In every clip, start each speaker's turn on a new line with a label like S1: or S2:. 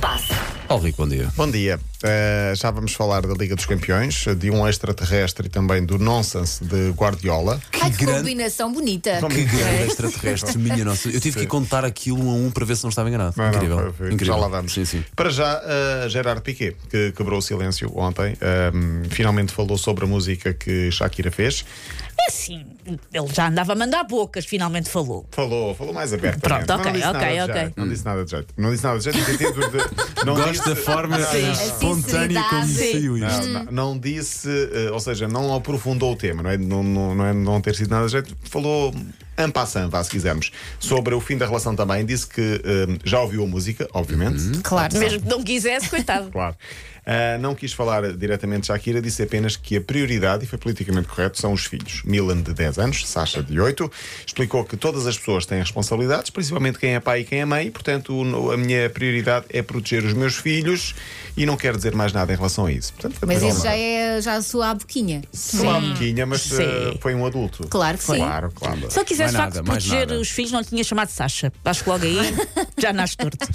S1: passe.
S2: Paulo Rico, bom dia.
S3: Bom dia. Eh, já vamos falar da Liga dos Campeões, de um extraterrestre e também do nonsense de Guardiola.
S1: Ai, que
S2: grande-
S1: combinação bonita.
S2: Que grande extraterrestre, minha nossa. Eu tive que contar aquilo um a um para ver se não estava enganado.
S3: Não, não,
S2: incrível.
S3: foi-
S2: incrível.
S3: Já lá vamos.
S2: Sim, sim.
S3: Para já, eh, Gerard Piquet, que quebrou o silêncio ontem, ehm, finalmente falou sobre a música que Shakira fez.
S4: É assim, ele já andava a mandar bocas, finalmente falou.
S3: Falou, falou mais abertamente.
S4: Pronto, ok,
S3: não disse
S4: ok,
S3: nada de
S4: ok.
S3: jeito, Não disse nada de jeito. Não disse nada de jeito. no sentido de- não
S2: Gosto
S3: disse-
S2: da forma espontânea
S1: sinceridade.
S2: como
S1: Sim.
S2: saiu isto.
S3: Ah, Não, não- não disse, eh, ou seja, não aprofundou o tema, não é? Não, não, não é não ter sido nada de jeito. Falou en passant, vá, se quisermos, sobre o fim da relação também. Disse que eh, já ouviu a música, obviamente.
S4: Uhum.
S1: Claro.
S4: Mesmo que não quisesse, coitado.
S3: Claro. Ah, não quis falar diretamente de Shakira, disse apenas que a prioridade, e foi politicamente correto, são os filhos. Milan, de 10 anos, Sasha, de 8. Explicou que todas as pessoas têm responsabilidades, principalmente quem é pai e quem é mãe, portanto, o- no- a minha prioridade é proteger os meus filhos e não quero dizer mais nada em relação a isso. Portanto,
S1: Mas
S3: foi
S1: isso
S3: uma-
S1: já é já soa a boquinha.
S3: Só uma boquinha, mas
S4: Sim.
S3: eh, foi um adulto.
S1: Claro que sim.
S3: Claro, claro. É
S4: Se ele quisesse de
S2: Mais nada,
S4: facto
S2: mais
S4: proteger
S2: nada.
S4: os filhos, não lhe tinha chamado Sasha. Acho que logo aí já nasce torto.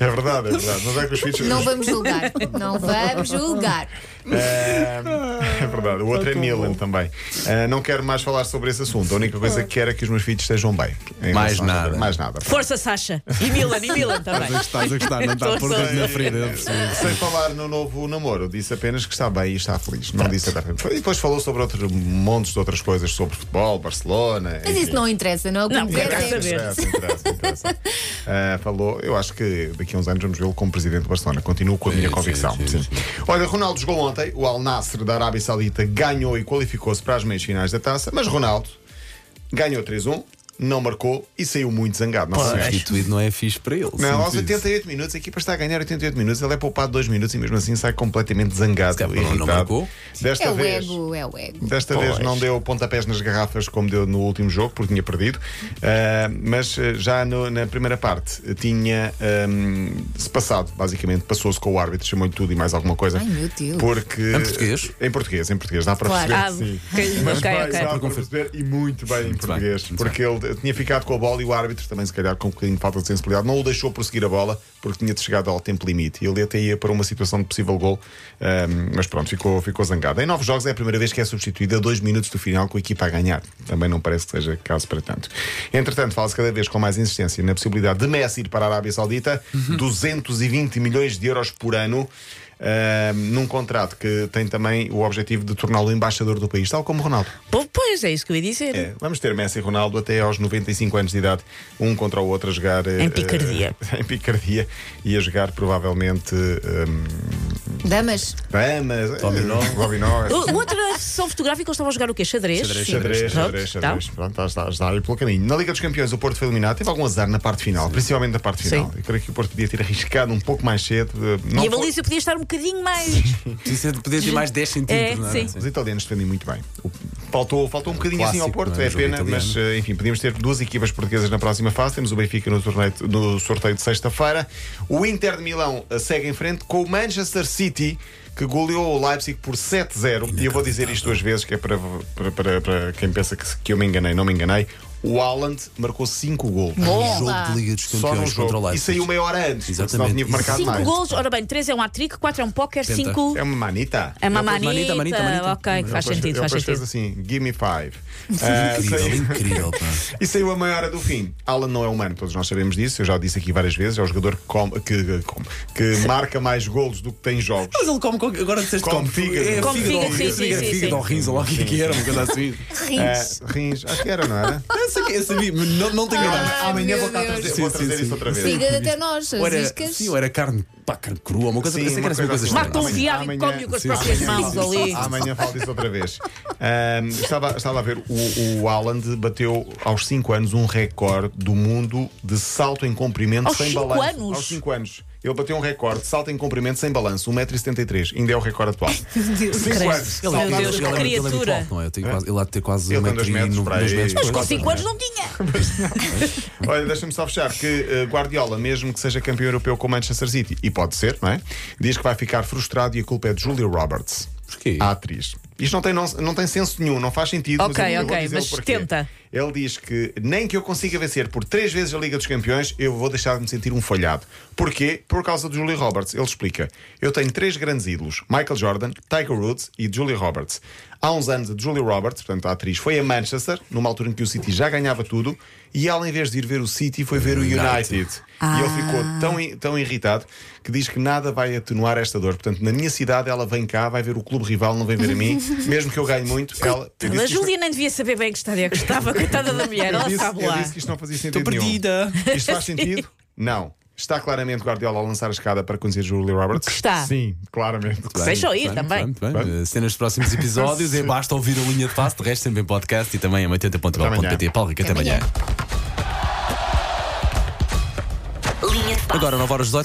S3: É verdade, é verdade. Mas é que os filhos.
S1: Não vamos julgar. Não vamos julgar.
S3: Eh, é verdade. O outro é Milan também. Eh, não quero mais falar sobre esse assunto. A única coisa que quero é que os meus filhos estejam bem. Em
S2: Mais
S3: relação a-
S2: nada.
S3: Mais nada.
S4: Força, Sasha. E Milan, e Milan também.
S2: Estás a gostar, não está a pôr o dedo na ferida. eu percebi.
S3: Eh, Sem falar no novo namoro, disse apenas que está bem e está feliz. Não disse abertamente. E depois falou sobre outro, montes de outras coisas, sobre futebol, Barcelona.
S1: Mas isso
S3: enfim.
S1: não interessa, não é? O que
S4: Não,
S1: interessa
S4: quer
S1: é-
S4: saber.
S3: Interessa, interessa, interessa. Ah, falou, eu acho que daqui a uns anos vamos vê-lo como presidente do Barcelona. Continuo com a minha
S2: sim,
S3: convicção.
S2: sim,
S3: Sim. Olha, Ronaldo jogou ontem, o Al Nassr da Arábia Saudita ganhou e qualificou-se para as meias finais da taça, mas Ronaldo ganhou 3-1, não marcou e saiu muito zangado. Não se mexe.
S2: Substituído não é fixe para ele.
S3: Não, aos
S2: Sim,
S3: 88 minutos, a equipa está a ganhar 88 minutos, ele é poupado 2 minutos e mesmo assim sai completamente zangado.
S2: calhar não- não
S3: irritado.
S2: marcou.
S3: Desta
S1: É o
S3: vez.
S1: ego, é o ego.
S3: Desta
S2: Pois.
S3: vez não deu pontapés nas garrafas como deu no último jogo, porque tinha perdido. Ah, mas ah, já no- na primeira parte eh, tinha ahm, se passado, basicamente, passou-se com o árbitro, chamou-lhe tudo e mais alguma coisa.
S1: Ai, meu Deus.
S3: Porque,
S2: Em português?
S3: Em português, em português, dá para
S1: Claro.
S3: perceber.
S4: Ah,
S3: sim.
S4: ok,
S3: Mas
S4: ok,
S3: bem,
S4: ok.
S3: dá para perceber e muito bem em
S2: Muito bem,
S3: português.
S2: muito
S3: porque ele tinha ficado com a bola e o árbitro também, se calhar, com um bocadinho de falta de sensibilidade, não o deixou prosseguir a bola porque tinha chegado ao tempo limite. Ele até ia para uma situação de possível gol, ahm, mas pronto, ficou, ficou zangado. Em nove jogos é a primeira vez que é substituído a dois minutos do final com a equipa a ganhar. Também não parece que seja caso para tanto. Entretanto, fala-se cada vez com mais insistência na possibilidade de Messi ir para a Arábia Saudita, 220 milhões de euros por ano. ahm, num contrato que tem também o objetivo de torná-lo embaixador do país, tal como Ronaldo.
S4: Pô, Pois é isso que eu ia dizer.
S3: É, vamos ter Messi e Ronaldo até aos 95 anos de idade, um contra o outro a jogar. eh,
S4: Em picardia.
S3: eh, em picardia e a jogar provavelmente. eh,
S1: Damas,
S3: Damas.
S2: Dominó.
S3: Dominó.
S4: O, o outro era sessão fotográfica, eles estavam a jogar o quê? Xadrez?
S2: Xadrez,
S4: Uh, Sim.
S3: Xadrez,
S4: Pronto,
S3: xadrez,
S4: tá.
S3: xadrez. Pronto, está, está aí pelo caminho. Na Liga dos Campeões, o Porto foi eliminado. Teve algum azar na parte final, principalmente na parte final.
S4: Sim.
S3: Eu creio que o Porto podia ter arriscado um pouco mais cedo. eh, não
S4: E a
S3: foi-
S4: baliza podia estar um bocadinho mais.
S2: Precisa é de poder ter mais 10 centímetros,
S4: É,
S2: não é?
S4: sim.
S3: Os italianos defendem muito bem. O- Faltou, faltou um bocadinho
S2: clássico,
S3: assim ao Porto,
S2: não é?
S3: é
S2: Um jogo
S3: pena,
S2: italiano.
S3: mas eh, enfim, podíamos ter duas equipas portuguesas na próxima fase. Temos o Benfica no, torneio, no sorteio de sexta-feira. O Inter de Milão eh, segue em frente com o Manchester City, que goleou o Leipzig por 7-0. E eu vou dizer isto duas vezes, que é para, para, para- para quem pensa que, que eu me enganei, não me enganei. O Haaland marcou 5 golos.
S2: Um
S1: Bom.
S2: jogo de Liga dos
S3: Só num
S2: Campeões contra o
S3: jogo. E
S2: Leipzig.
S3: saiu meia hora antes, porque senão
S2: Exatamente.
S3: tinha marcado
S4: Cinco
S3: mais.
S4: gols, ora bem, três é um hat-trick, quatro é um póquer,
S2: Tenta.
S4: cinco.
S3: É uma manita.
S4: É uma
S2: Manita,
S4: manita,
S2: manita, manita.
S4: ok, faz
S3: Ele depois-
S4: sentido,
S3: ele
S4: faz
S3: depois fez
S4: sentido.
S3: assim, give me five. Ah,
S2: Incrível,
S3: saiu-
S2: incrível, pá.
S3: E saiu a meia hora do fim. Alan não é humano, todos nós sabemos disso. Eu já o disse aqui várias vezes. É o jogador que, come- que- que come- que marca mais golos do que tem jogos.
S2: Mas ele come com. Agora disseste come
S3: Come fígado.
S2: É,
S3: Come
S2: fígado,
S4: fígado, sim,
S2: fígado,
S4: sim, sim,
S2: fígado
S4: sim.
S2: ou rins, ou lá o que é que era, uma coisa assim.
S1: rins.
S3: Ah, rins, acho que era, não era?
S2: Eu sei que- eu sabia, mas não, não tenho nada.
S1: Ai,
S3: Amanhã
S1: meu
S3: vou cá
S1: Deus.
S3: trazer, vou
S2: Sim,
S3: trazer
S2: sim,
S3: isso
S2: sim.
S3: outra vez.
S1: Siga até nós, as
S2: Ou era,
S1: iscas.
S2: sim, ou era carne, pá, carne crua, uma coisa
S3: Sim,
S2: eu sei que
S3: uma
S2: era uma
S3: coisa
S2: coisa estranha.
S3: assim.
S4: Mata um
S3: Amanhã-
S4: viado e
S3: amanhã-
S4: come-o com as
S2: sim,
S4: próprias
S2: sim,
S4: mãos
S2: sim,
S4: ali.
S3: Amanhã falo disso outra vez. Ahm, estava, estava a ver, o, o Alan bateu aos 5 anos um recorde do mundo de salto em comprimento
S4: Aos
S3: sem
S4: cinco
S3: balanço.
S4: anos?
S3: Aos 5 anos. Ele bateu um recorde de salto em comprimento sem balanço, 1,73m. Ainda é o recorde atual. 5 anos.
S2: Ele,
S3: Saltar
S4: Meu
S2: ele,
S4: Deus,
S2: ele,
S4: que
S2: ele, ele é muito
S4: criatura.
S2: alto, não é? Eu tenho quase- Ele há de ter quase
S3: Ele
S2: um
S3: tem
S2: metro
S3: dois
S2: e
S3: metros
S2: no-
S3: para
S2: dois
S3: aí.
S2: metros.
S3: Mas
S4: Mas com
S2: quase,
S4: cinco
S2: não é?
S4: anos não tinha.
S3: Olha, deixa-me só fechar que eh, Guardiola, mesmo que seja campeão europeu com o Manchester City, e pode ser, não é? Diz que vai ficar frustrado e a culpa é de Julia Roberts.
S2: Porquê?
S3: A atriz. Isto não tem, não, não tem senso nenhum, não faz sentido.
S4: Ok,
S3: mas eu, eu vou
S4: ok,
S3: dizer
S4: mas
S3: o porquê.
S4: tenta.
S3: Ele diz que nem que eu consiga vencer por três vezes a Liga dos Campeões, eu vou deixar de me sentir um falhado. Porquê? Por causa do Julie Roberts. Ele explica: Eu tenho três grandes ídolos: Michael Jordan, Tiger Woods e Julie Roberts. Há uns anos, a Julie Roberts, portanto a atriz, foi a Manchester, numa altura em que o City já ganhava tudo, e ela, em vez de ir ver o City, foi ver o United. E ele ficou tão, i- tão irritado que diz que nada vai atenuar esta dor. Portanto, na minha cidade, ela vem cá, vai ver o clube rival, não vem ver a mim, mesmo que eu ganhe muito. Ela, eu
S4: a
S3: disse que isto-
S4: Júlia nem devia saber bem que estaria que estava, coitada da mulher,
S3: eu
S4: ela
S3: disse,
S4: sabe
S3: eu
S4: lá.
S3: disse que isto não fazia sentido
S2: perdida.
S3: nenhum. Isto faz sentido? Não. Está claramente Guardiola a lançar a escada para conhecer Julie Roberts?
S4: Está.
S3: Sim, claramente.
S2: Muito
S4: Seja ouvir
S2: bem,
S4: também.
S2: muito bem. Eh, Cenas dos próximos episódios, é basta ouvir a linha de passe, de resto sempre em podcast e também em 80.gal.pt. Paulo Rico, até
S1: Até
S2: amanhã.
S1: amanhã.
S2: Agora, 9 horas 18.